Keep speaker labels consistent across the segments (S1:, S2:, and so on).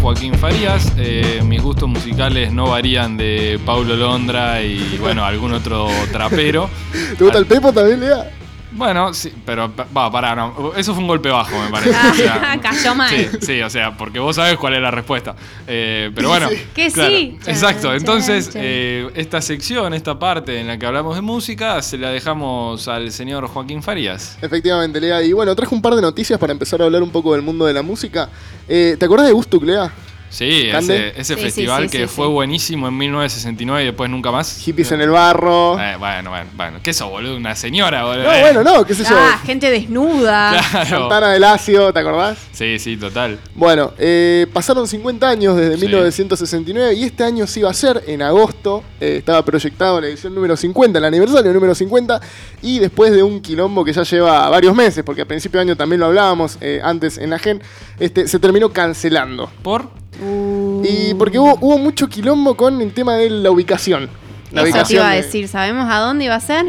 S1: Joaquín Farías. Eh, mis gustos musicales no varían de Paulo Londra y, bueno, algún otro trapero.
S2: ¿Te gusta el Pepo también, Lea?
S1: Bueno, sí, pero pa- va, pará, no. Eso fue un golpe bajo, me parece. o sea,
S3: Ah, Cayó mal.
S1: Sí, sí, o sea, porque vos sabés cuál es la respuesta. Eh, pero bueno.
S3: Que sí.
S1: Exacto.
S3: Chan,
S1: Entonces,
S3: chan, chan.
S1: eh, esta sección, esta parte en la que hablamos de música, se la dejamos al señor Joaquín Farías.
S2: Efectivamente, Lea. Y bueno, traje un par de noticias para empezar a hablar un poco del mundo de la música. Eh, ¿Te acordás de Gustuk, Lea?
S1: Sí,
S2: ¿Cande?
S1: ese, ese
S3: Sí, sí,
S1: festival
S3: sí, sí,
S1: que
S3: sí.
S1: fue buenísimo en 1969 y después nunca más.
S2: Hippies en el barro.
S1: Eh, bueno, bueno, bueno. ¿Qué sos, boludo? Una señora, boludo.
S2: No,
S1: Eh,
S2: bueno, no, qué sé yo.
S3: Ah, gente desnuda.
S1: Claro.
S2: Santana del Lacio, ¿te acordás?
S1: Sí, sí, total.
S2: Bueno, eh, pasaron 50 años desde
S1: Sí.
S2: 1969 y este año sí iba a ser, en agosto, eh, estaba proyectado la edición número 50, el aniversario número 50, y después de un quilombo que ya lleva varios meses, porque a principio de año también lo hablábamos eh, antes en la GEN, este, se terminó cancelando.
S1: Por.
S3: Uh,
S2: Y porque hubo, hubo mucho quilombo con el tema de la ubicación. La
S3: Eso te iba a
S2: de-
S3: decir. ¿Sabemos a dónde iba a ser?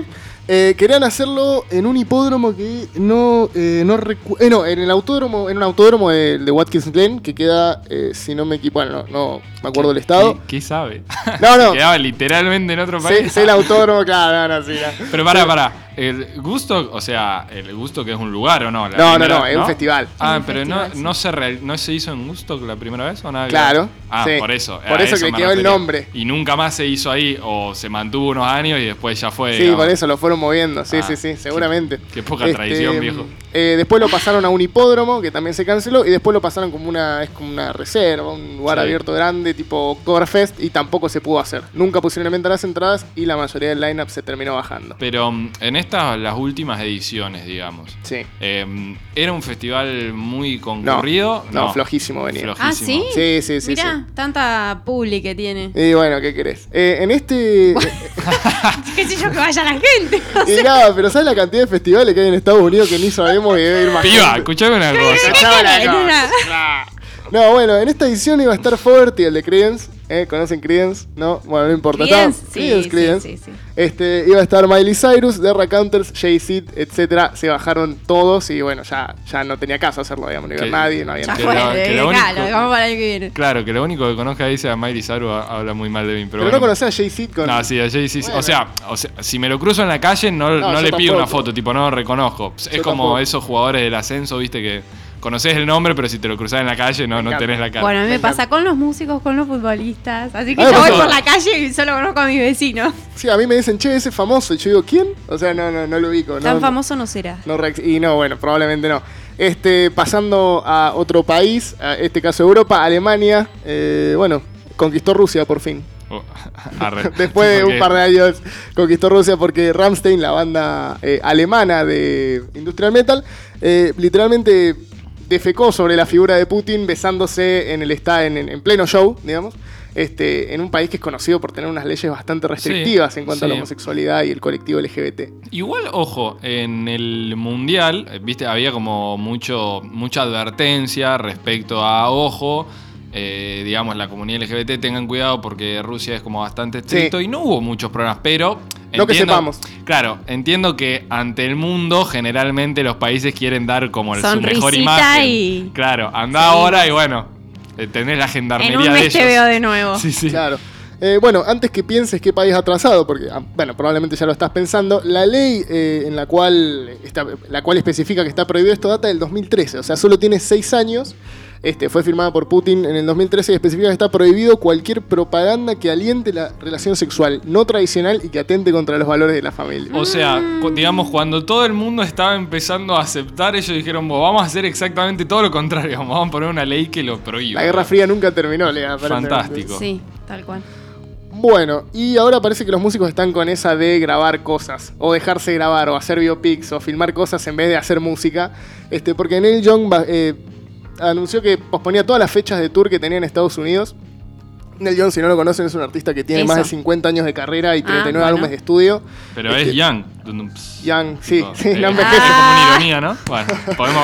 S2: eh, querían hacerlo en un hipódromo que no, eh, no recu- eh, no, en el autódromo, en un autódromo de, de Watkins Glen, que queda, eh, si no me equivoco, bueno, no, no me acuerdo el estado.
S1: ¿Qué, qué sabe?
S2: No, no.
S1: Quedaba literalmente en otro
S2: Sé,
S1: país.
S2: sé el autódromo, claro, no, no, sí, no.
S1: Pero pará, pará. El gusto, o sea, el gusto que es un lugar o no. La
S2: No, no,
S1: primera-
S2: no, es un festival.
S1: Ah,
S3: Es un
S1: pero no,
S3: festival, sí.
S1: no, se real- no se hizo en gusto la primera vez o nada. que
S2: Claro,
S1: ver? Ah,
S2: sí.
S1: por eso.
S2: Por
S1: a
S2: eso que
S1: me
S2: quedó el
S1: refería.
S2: nombre.
S1: Y nunca más se hizo ahí o se mantuvo unos años y después ya fue.
S2: Sí,
S1: digamos.
S2: por eso lo fueron moviendo, sí,
S1: Ah,
S2: sí, sí, seguramente.
S1: qué poca tradición, viejo.
S2: eh, después lo pasaron a un hipódromo, que también se canceló, y después lo pasaron como una, es como una reserva, un lugar
S1: Sí.
S2: abierto grande, tipo Coverfest, y tampoco se pudo hacer. Nunca pusieron en venta las entradas y la mayoría del lineup se terminó bajando.
S1: Pero mm, en estas, las últimas ediciones, digamos.
S2: Sí.
S1: eh, ¿Era un festival muy concurrido?
S2: no, flojísimo venía.
S1: Flojísimo.
S3: Ah, sí.
S2: Sí, sí, sí,
S3: Mirá, tanta publi que tiene.
S2: Y bueno, ¿qué querés? Eh, en este.
S3: ¿Qué sé yo que vaya la gente?
S2: y nada, pero ¿sabes la cantidad de festivales que hay en Estados Unidos que ni sabemos que debe ir más?
S1: Piba,
S2: gente?
S1: escuchame una cosa.
S2: Cachaba la
S3: querés?
S2: cosa.
S3: Una-
S2: No, bueno, en esta edición iba a estar Fogerty, el de Creedence. ¿eh? ¿Conocen Creedence? No, bueno, no importa.
S3: Creedence,
S2: Está-
S3: sí, sí,
S2: Creedence.
S3: sí, sí.
S2: Este, iba a estar Miley Cyrus, Derra Counters, Jay-Z, etcétera. Se bajaron todos y bueno, ya, ya no tenía caso hacerlo, digamos, no iba
S1: Que-
S2: nadie, no había
S3: Ya
S2: nadie.
S1: Que
S3: fue,
S1: lo- que
S3: eh,
S1: lo
S3: acá,
S1: único-
S3: lo dejamos para el que viene.
S1: Claro, que lo único que conozca dice a Miley Cyrus habla muy mal de mí. Pero,
S2: Pero
S1: bueno.
S2: no conocía a Jay-Z con...
S1: No, sí, a Jay-Z.
S2: Bueno.
S1: O, sea, o sea, si me lo cruzo en la calle, no,
S2: No,
S1: no
S2: yo
S1: le pido una
S2: tampoco.
S1: foto, tipo, no lo reconozco. Es
S2: Yo
S1: como
S2: tampoco.
S1: esos jugadores del ascenso, viste, que conoces el nombre, pero si te lo cruzás en la calle, no,
S2: Me
S1: no
S2: encanta.
S1: tenés la cara.
S3: Bueno, a mí
S2: Me
S3: me
S2: encanta.
S3: pasa con los músicos, con los futbolistas. Así que
S2: Ah, me
S3: yo voy
S2: pasó.
S3: por la calle y solo conozco a mis vecinos.
S2: Sí, a mí me dicen, che, ese es famoso. Y yo digo, ¿quién? O sea, no, no, no lo ubico.
S3: Tan
S2: no, no.
S3: famoso no será.
S2: No reacc- y no, bueno, probablemente no. Este, pasando a otro país, a este caso Europa, Alemania, eh, bueno, conquistó Rusia por fin.
S1: Oh, arre.
S2: Después de un
S1: Porque-
S2: par de años conquistó Rusia porque Rammstein, la banda eh, alemana de industrial metal, eh, literalmente defecó sobre la figura de Putin besándose en el está en, en pleno show, digamos. Este, en un país que es conocido por tener unas leyes bastante restrictivas en cuanto a la
S1: sí.
S2: homosexualidad y el colectivo LGBT.
S1: Igual, ojo, en el mundial, eh, viste, había como mucho, mucha advertencia respecto a ojo. eh, digamos, la comunidad LGBT tengan cuidado porque Rusia es como bastante estricto y no hubo muchos problemas, pero.
S2: Lo que sepamos.
S1: Claro, entiendo que ante el mundo generalmente los países quieren dar como el- su mejor
S3: Sonrisita
S1: imagen.
S3: y-
S1: Claro, anda
S3: Sí.
S1: ahora y bueno, eh, tenés la
S3: En
S1: gendarmería
S3: un
S1: de
S3: mes
S1: ellos.
S3: te veo de nuevo.
S1: Sí, sí.
S2: Claro. Eh, bueno, antes que pienses qué país atrasado, porque ah, bueno, probablemente ya lo estás pensando, la ley eh, en la cual está- la cual especifica que está prohibido esto data del 2013, o sea, solo tiene seis años. Este, fue firmada por Putin en el 2013 y especifica que está prohibido cualquier propaganda que aliente la relación sexual no tradicional y que atente contra los valores de la familia.
S1: O sea, cu- digamos, cuando todo el mundo estaba empezando a aceptar, ellos dijeron, "Bueno, vamos a hacer exactamente todo lo contrario, vamos a poner una ley que lo prohíba.
S2: La Guerra Fría nunca terminó, Lea. aparentemente.
S1: Fantástico.
S3: Sí, tal cual.
S2: Bueno, y ahora parece que los músicos están con esa de grabar cosas, o dejarse grabar, o hacer biopics, o filmar cosas en vez de hacer música. Este, porque Neil Young va- eh, anunció que posponía todas las fechas de tour que tenía en Estados Unidos. Neil Young, si no lo conocen, es un artista que tiene
S3: Eso. Ah,
S2: más de 50 años de carrera y 39
S3: bueno.
S2: álbumes de estudio.
S1: Pero es Young. Dun, dun, ps.
S2: Yang, sí,
S1: Tipo,
S2: sí,
S1: eh,
S2: no
S1: Es
S3: Ah.
S2: envejece.
S1: como una ironía, ¿no? Bueno, podemos.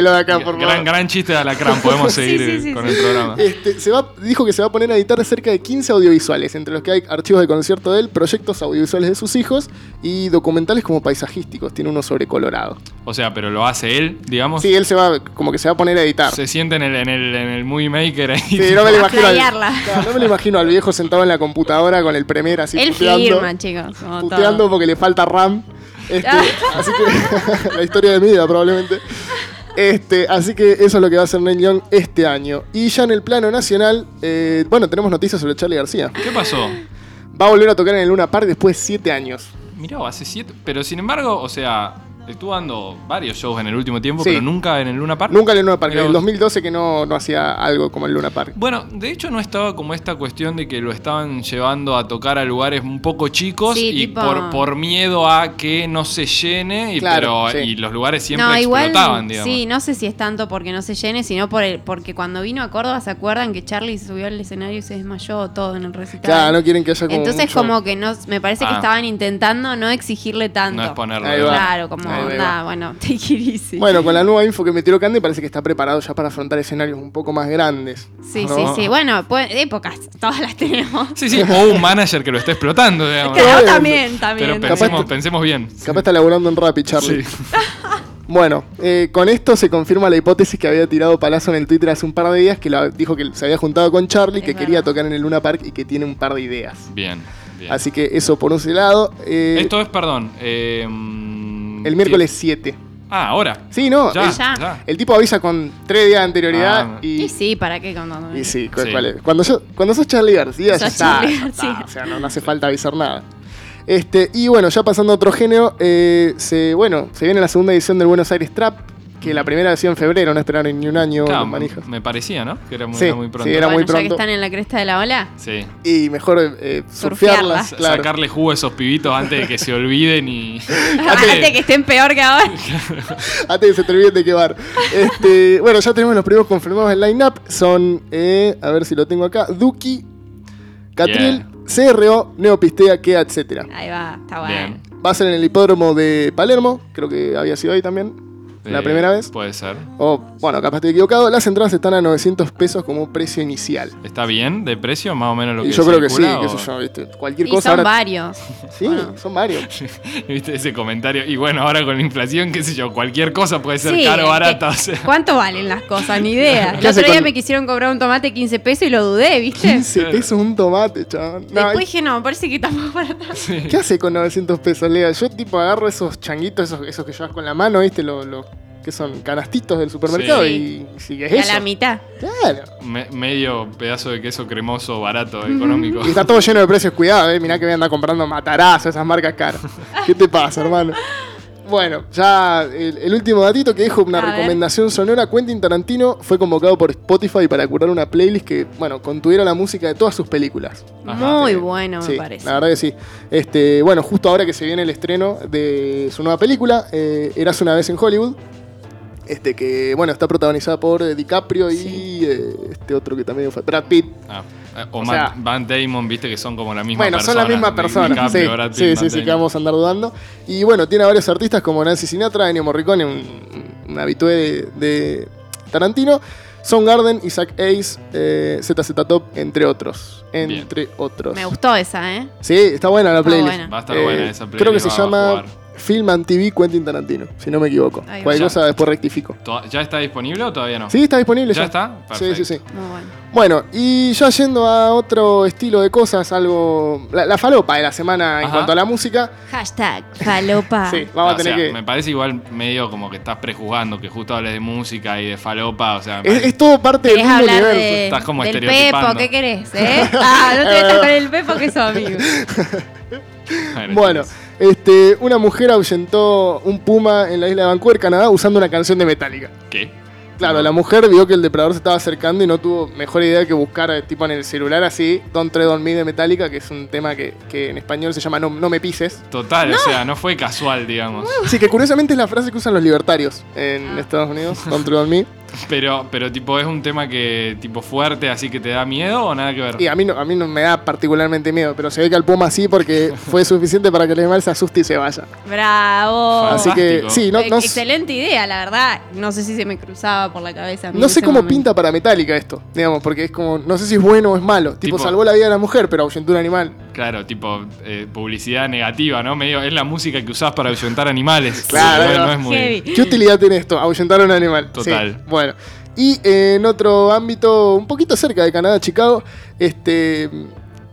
S2: Sáquenmelo de acá, por
S1: gran,
S2: favor.
S1: gran chiste de Alacrán, podemos
S3: Sí,
S1: seguir eh,
S3: sí, sí,
S1: con
S3: sí.
S1: el programa.
S2: Este, se va, dijo que se va a poner a editar cerca de 15 audiovisuales, entre los que hay archivos de concierto de él, proyectos audiovisuales de sus hijos y documentales como paisajísticos. Tiene uno sobre Colorado.
S1: O sea, pero lo hace él, digamos.
S2: Sí, él se va, como que se va a poner a editar.
S1: Se siente en el, en el, en el movie maker ahí.
S2: Sí, no me lo
S3: A
S2: imagino. Al,
S3: playarla.
S2: Claro, no me lo imagino al viejo sentado en la computadora con el Premier así
S3: Él
S2: puteando,
S3: firma, chicos. como todo.
S2: puteando porque le falta RAM. Este, así que la historia de mi vida probablemente. Este, así que eso es lo que va a hacer Neil Young este año. Y ya en el plano nacional, eh, bueno, tenemos noticias sobre Charlie García.
S1: ¿Qué pasó?
S2: Va a volver a tocar en el Luna Park después de 7 años.
S1: Mirá, hace siete. Pero sin embargo, o sea, estuvo dando varios shows en el último tiempo,
S2: Sí.
S1: pero nunca en el Luna Park.
S2: Nunca en el Luna Park.
S1: Ah. Mirá
S2: En el
S1: vos.
S2: 2012 que no, no hacía algo como el Luna Park.
S1: Bueno, de hecho no estaba como esta cuestión de que lo estaban llevando a tocar a lugares un poco chicos
S3: Sí,
S1: y
S3: tipo-
S1: por, por miedo a que no se llene, y,
S2: Claro,
S1: pero,
S2: sí.
S1: y los lugares siempre
S3: No, igual,
S1: explotaban, digamos.
S3: sí, no sé si es tanto porque no se llene, sino por el, porque cuando vino a Córdoba se acuerdan que Charlie se subió al escenario y se desmayó todo en el recital.
S2: Claro, no quieren que haya como
S3: Entonces
S2: mucho-
S3: como que no, me parece que
S1: Ah.
S3: estaban intentando no exigirle tanto.
S1: No es ponerlo.
S2: Ahí
S1: de-
S2: va.
S3: Claro, como
S2: Ahí va, ahí
S3: nada, bueno, take it easy.
S2: Bueno, con la nueva info que me tiró Cande parece que está preparado ya para afrontar escenarios un poco más grandes.
S3: sí,
S1: No.
S3: sí, sí. Bueno, pues, épocas, todas las tenemos.
S1: Sí, sí, o un manager que lo esté explotando, digamos.
S2: Claro,
S3: Claro, también,
S1: Pero
S3: también.
S1: pensemos, pensemos bien.
S2: Capaz está laburando en Rappi, Charlie.
S1: Sí.
S2: Bueno, eh, con esto se confirma la hipótesis que había tirado Palazzo en el Twitter hace un par de días, que la- dijo que se había juntado con Charlie,
S3: Es
S2: que quería
S3: verdad.
S2: tocar en el Luna Park y que tiene un par de ideas.
S1: Bien, bien.
S2: Así que eso por un lado. eh,
S1: Esto es, perdón. eh, mm,
S2: el miércoles 7.
S1: Ah, ahora.
S2: Sí, no.
S1: Ya,
S2: El,
S3: Ya.
S1: ya.
S2: el tipo avisa con tres días de anterioridad
S1: Ah.
S2: y.
S3: Y sí, ¿para qué? Cuando...
S2: y sí, cu-
S1: Sí.
S2: cuál es. Cuando, yo- cuando sos Charlie García,
S3: Sos
S2: ya está,
S3: Charlie
S2: ya está.
S3: García.
S2: O sea, no, no hace falta avisar nada. Este, y bueno, ya pasando a otro género, eh, se, bueno, se viene la segunda edición del Buenos Aires Trap, que la primera ha sido en febrero, no esperaron ni un año
S1: Claro,
S2: los manijas.
S1: me parecía, ¿no? Que era muy,
S2: Sí,
S1: era muy pronto.
S2: sí, era
S3: bueno,
S2: muy
S3: ya
S2: pronto.
S3: que están en la cresta de la ola.
S1: Sí.
S2: Y mejor eh,
S3: Surfearla.
S2: surfearlas, claro.
S1: Sacarle jugo a esos pibitos antes de que se olviden y. Ah,
S3: Antes que estén peor que ahora.
S2: Antes que se te olviden de quemar. Este, bueno, ya tenemos los primeros confirmados en line-up. Son, eh, a ver si lo tengo acá, Duki, Catril, CRO, Neopistea, Kea, etc.
S3: Ahí va, está bueno.
S1: Bien.
S2: Va a ser en el hipódromo de Palermo, creo que había sido ahí también, la
S1: Eh,
S2: primera vez.
S1: Puede ser.
S2: O, bueno, capaz estoy equivocado. Las entradas están a 900 pesos como precio inicial.
S1: ¿Está bien de precio? Más o menos lo que
S2: Y yo creo que sí,
S1: circula,
S2: qué
S1: o-
S2: sé yo, ¿viste? Cualquier
S3: Y
S2: cosa
S3: son
S2: ahora.
S3: varios.
S2: Sí,
S3: Bueno.
S2: son varios.
S1: ¿Viste ese comentario? Y bueno, ahora con la inflación, qué sé yo, cualquier cosa puede ser
S3: Sí,
S1: caro o
S3: que-
S1: barata. o sea.
S3: ¿Cuánto valen las cosas? Ni idea. El
S2: ¿Qué hace
S3: otro día
S2: con-
S3: me quisieron cobrar un tomate 15 pesos y lo dudé, ¿viste?
S2: 15 pesos un tomate, chaval. No,
S3: Después dije, no, me parece que estamos para
S2: ¿Qué hace con 900 pesos, Lea? Yo tipo agarro esos changuitos, esos, esos que llevas con la mano, ¿viste? Los los que son canastitos del supermercado
S3: Sí.
S2: y, y si es
S3: a
S2: eso.
S3: la mitad.
S2: Claro.
S1: Me- medio pedazo de queso cremoso, barato, económico.
S2: Y está todo lleno de precios, cuidado, eh. Mirá que voy a andar comprando matarazo, esas marcas caras. ¿Qué te pasa, hermano? Bueno, ya el, el último datito que dejo una
S3: A ver.
S2: recomendación sonora. Quentin Tarantino fue convocado por Spotify para curar una playlist que, bueno, contuviera la música de todas sus películas.
S1: Ajá.
S3: Muy bueno, me
S2: Sí,
S3: parece.
S2: La verdad que sí. Este, bueno, justo ahora que se viene el estreno de su nueva película, eh, Eras una vez en Hollywood. Este que, bueno, está protagonizada por eh, DiCaprio y eh, este otro que también fue Brad Pitt.
S1: Ah, eh, o
S2: O
S1: Matt-
S2: sea-
S1: Van Damon, viste que son como la misma
S2: bueno, son
S1: persona.
S2: la misma
S1: Di-
S2: persona.
S1: DiCaprio,
S2: Sí,
S1: Brad Pitt,
S2: sí,
S1: Matt
S2: sí, sí, que
S1: Damon.
S2: vamos a andar dudando. Y bueno, tiene a varios artistas como Nancy Sinatra, Ennio Morricone, un, un habitué de, de Tarantino, Soundgarden, Isaac Ace, eh, ZZ Top, entre otros.
S1: Bien.
S2: Entre otros.
S3: Me gustó esa, ¿eh?
S2: Sí, está buena la
S3: Está
S2: playlist.
S3: buena.
S1: Va a estar
S2: Eh,
S1: buena esa playlist.
S2: Creo que se
S1: va a
S2: llama
S1: jugar.
S2: Film and TV Quentin Tarantino, si no me equivoco.
S3: Ahí va.
S2: Cualquier
S1: Ya.
S2: cosa después rectifico.
S1: To- ¿Ya está disponible o todavía no?
S2: Sí, está disponible.
S1: Ah. ¿Ya está?
S2: Sí, sí,
S1: Perfecto.
S2: sí.
S3: Muy bueno.
S2: Bueno, y ya yendo a otro estilo de cosas, algo. La, la falopa de la semana en
S1: Ajá.
S2: cuanto a la música.
S3: Hashtag falopa.
S2: Sí, vamos a
S1: Ah, O
S2: tener
S1: sea,
S2: que.
S1: Me parece igual medio como que estás prejuzgando que justo hables de música y de falopa. O sea, me
S2: Es, es todo parte del
S3: ¿Querés
S2: mismo
S3: hablar
S2: universo.
S3: de,
S1: Estás como
S3: del
S1: estereotipando.
S3: Pepo? ¿Qué querés, eh? Ah, no te metas con el Pepo que es su amigo.
S1: parece-
S2: Bueno, este, una mujer ahuyentó un puma en la isla de Vancouver, Canadá, usando una canción de Metallica.
S1: ¿Qué?
S2: Claro, la mujer vio que el depredador se estaba acercando y no tuvo mejor idea que buscar eh, tipo en el celular así Don't Tread on Me de Metallica, que es un tema que, que en español se llama No, no me pises.
S1: Total, o sea, no fue casual, digamos.
S3: Ah.
S2: Sí, que curiosamente es la frase que usan los libertarios en Estados Unidos, Don't Tread on Me.
S1: Pero, pero tipo, ¿es un tema que tipo fuerte así que te da miedo o nada que ver?
S2: Y a mí, no, a mí no me da particularmente miedo, pero se ve que al Puma sí porque fue suficiente para que el animal se asuste y se vaya.
S3: Bravo.
S2: Así que
S1: Oh, Fantástico.
S2: sí, no,
S3: Eh,
S2: no,
S3: Excelente idea, la verdad. No sé si se me cruzaba por la cabeza. a mí
S2: no
S3: en
S2: sé
S3: ese
S2: cómo
S3: momento.
S2: pinta para Metallica esto, digamos, porque es como, no sé si es bueno o es malo. Tipo,
S1: Tipo-
S2: salvó la vida de la mujer, pero ahuyentó un animal.
S1: Claro, tipo eh, publicidad negativa, ¿no? Medio, es la música que usás para ahuyentar animales.
S2: Claro,
S1: no,
S2: no.
S1: no es muy.
S3: Heavy.
S2: ¿Qué utilidad tiene esto? Ahuyentar a un animal. Sí,
S1: Total.
S2: bueno. Y eh, en otro ámbito, un poquito cerca de Canadá, Chicago, este.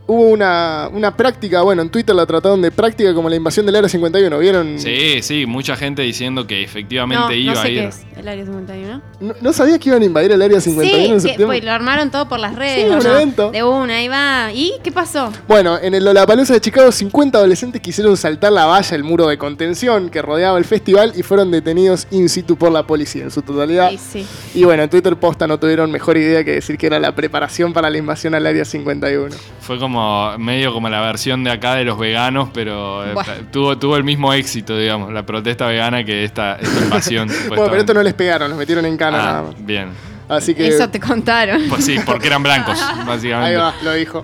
S2: Hubo una, una práctica, bueno, en Twitter la trataron de práctica como la invasión del Área 51, ¿vieron?
S1: Sí, sí, mucha gente diciendo que efectivamente
S3: No,
S1: iba
S3: no sé
S1: a ir.
S3: qué es el área 51.
S2: ¿No, no sabías que iban a invadir el Área 51 en
S3: sí, que,
S2: septiembre?
S3: pues, lo armaron todo por las redes.
S2: Sí,
S3: ¿o
S2: un
S3: no?
S2: evento.
S3: De una, ahí va. ¿Y qué pasó?
S2: Bueno, en el Lollapalooza de Chicago, 50 adolescentes quisieron saltar la valla, el muro de contención que rodeaba el festival y fueron detenidos in situ por la policía en su totalidad.
S3: Y sí.
S2: Y bueno, en Twitter posta no tuvieron mejor idea que decir que era la preparación para la invasión al Área 51.
S1: Fue como medio como la versión de acá de los veganos, pero eh,
S3: Buah.
S1: tuvo, tuvo el mismo éxito, digamos, la protesta vegana que esta, esta invasión.
S2: Bueno, pero esto no les pegaron, los metieron en cana nada
S1: Ah,
S2: más.
S1: bien.
S2: Así que
S3: Eso te contaron.
S1: Pues sí, porque eran blancos,
S2: ahí
S1: básicamente.
S2: va, lo dijo.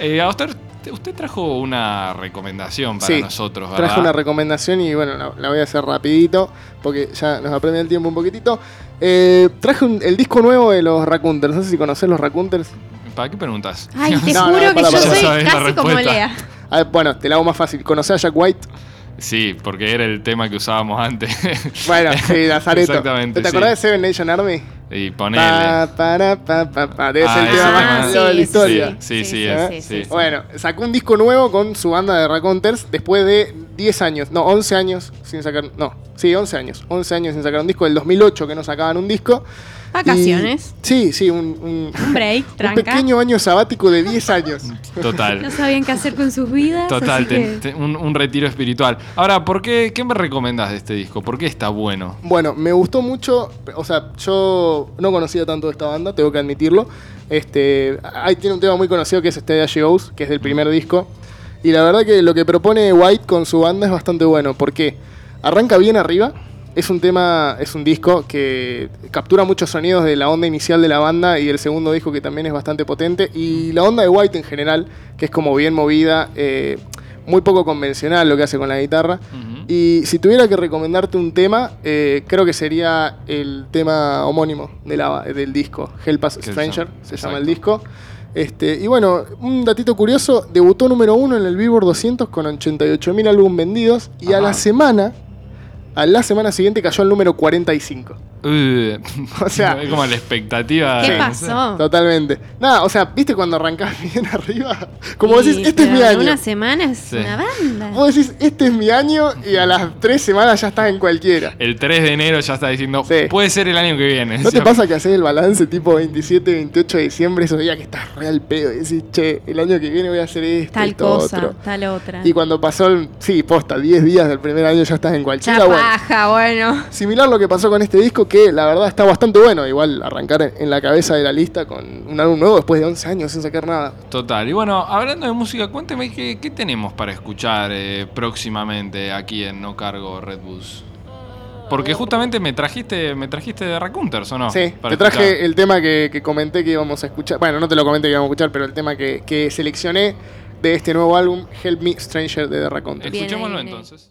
S1: Eh, Auster, te- usted trajo una recomendación para
S2: Sí,
S1: nosotros, ¿verdad?
S2: Traje una recomendación y bueno, la, la voy a hacer rapidito porque ya nos aprende el tiempo un poquitito. Eh, traje un- el disco nuevo de los Racunters, no sé si conocés los Racunters.
S1: ¿Para qué preguntas?
S3: Ay, te
S2: No, no,
S3: juro que
S2: para,
S3: yo
S2: para,
S1: ya
S3: soy
S1: sabes la
S3: casi como
S1: respuesta.
S3: Lea.
S2: A ver, Ah, bueno, te la hago más fácil. ¿Conocés a Jack White?
S1: Sí, porque era el tema que usábamos antes.
S2: Bueno, sí, Lazareto.
S1: Exactamente,
S2: ¿Te
S1: sí.
S2: acordás de Seven Nation Army?
S1: y ponele.
S2: Pa, para, pa, pa, pa. Debe ser
S1: Ah,
S2: Ah, el
S1: ese
S2: tema
S1: tema.
S2: más escuchado de la
S1: sí,
S2: historia.
S1: Sí, sí, sí,
S2: ¿eh?
S1: sí, sí.
S2: Bueno, sacó un disco nuevo con su banda de Raconters después de 10 años, no, 11 años sin sacar, no, sí, 11 años, 11 años sin sacar un disco, del 2008 que no sacaban un disco. Y-
S3: Vacaciones.
S2: sí, sí, un, un-
S3: Un break,
S2: un
S3: tranca.
S2: pequeño año sabático de 10 años.
S1: Total.
S3: No sabían qué hacer con sus vidas.
S1: Total,
S3: así
S1: te-
S3: que-
S1: te- un, un retiro espiritual. Ahora, ¿por qué, ¿qué me recomendás de este disco? ¿Por qué está bueno?
S2: Bueno, me gustó mucho, o sea, yo no conocía tanto esta banda, tengo que admitirlo. Este, ahí tiene un tema muy conocido que es este de Goes, que es del primer disco. Y la verdad que lo que propone White con su banda es bastante bueno, porque arranca bien arriba, es un tema, es un disco que captura muchos sonidos de la onda inicial de la banda y el segundo disco que también es bastante potente. Y la onda de White en general, que es como bien movida, eh, muy poco convencional lo que hace con la guitarra.
S1: Ujú.
S2: Y si tuviera que recomendarte un tema, eh, creo que sería el tema homónimo de la- del disco, Help Us
S1: Que se
S2: Stranger,
S1: llama-
S2: se
S1: exacto.
S2: llama el disco. Este, y bueno, un datito curioso, debutó número uno en el Billboard 200 con 88.000 álbumes vendidos y a
S1: Ajá.
S2: la semana, a la semana siguiente cayó al número 45.
S1: Uh,
S2: O sea-
S1: es como la expectativa.
S3: ¿Qué
S1: no sé.
S3: pasó?
S2: Totalmente. Nada, o sea, ¿viste cuando arrancás bien arriba? Como
S3: Sí,
S2: decís, este es
S3: pero
S2: mi
S3: en
S2: año.
S3: Una semana es
S1: Sí.
S3: una banda.
S2: Vos decís, este es mi año y a las tres semanas ya estás en cualquiera.
S1: El 3 de enero ya está diciendo,
S2: Sí.
S1: puede ser el año que viene.
S2: ¿No
S1: O
S2: te
S1: sea,
S2: pasa que haces el balance tipo 27, 28 de diciembre, esos días que estás real pedo y decís, che, el año que viene voy a hacer esto,
S3: Tal
S2: esto,
S3: cosa,
S2: otro?
S3: tal otra.
S2: Y cuando pasó, el- sí, posta, 10 días del primer año ya estás en
S3: Ya
S2: cualquiera. Bueno,
S3: paja, bueno.
S2: similar lo que pasó con este disco, que la verdad está bastante bueno. Igual arrancar en- en la cabeza de la lista con un álbum nuevo después de 11 años sin sacar nada.
S1: Total. Y bueno, hablando de música, cuénteme qué, qué tenemos para escuchar eh, próximamente aquí en No Cargo Red Bulls. Porque justamente me trajiste, me trajiste de Racunters, ¿o no?
S2: Eh, Sí,
S1: Ah, Para
S2: te traje
S1: escuchar.
S2: el tema que, que comenté que íbamos a escuchar. Bueno, no te lo comenté que íbamos a escuchar, pero el tema que, que seleccioné de este nuevo álbum, Help Me Stranger de The Raconte.
S3: Bien ahí,
S1: Escuchémoslo
S3: bien ahí.
S1: entonces.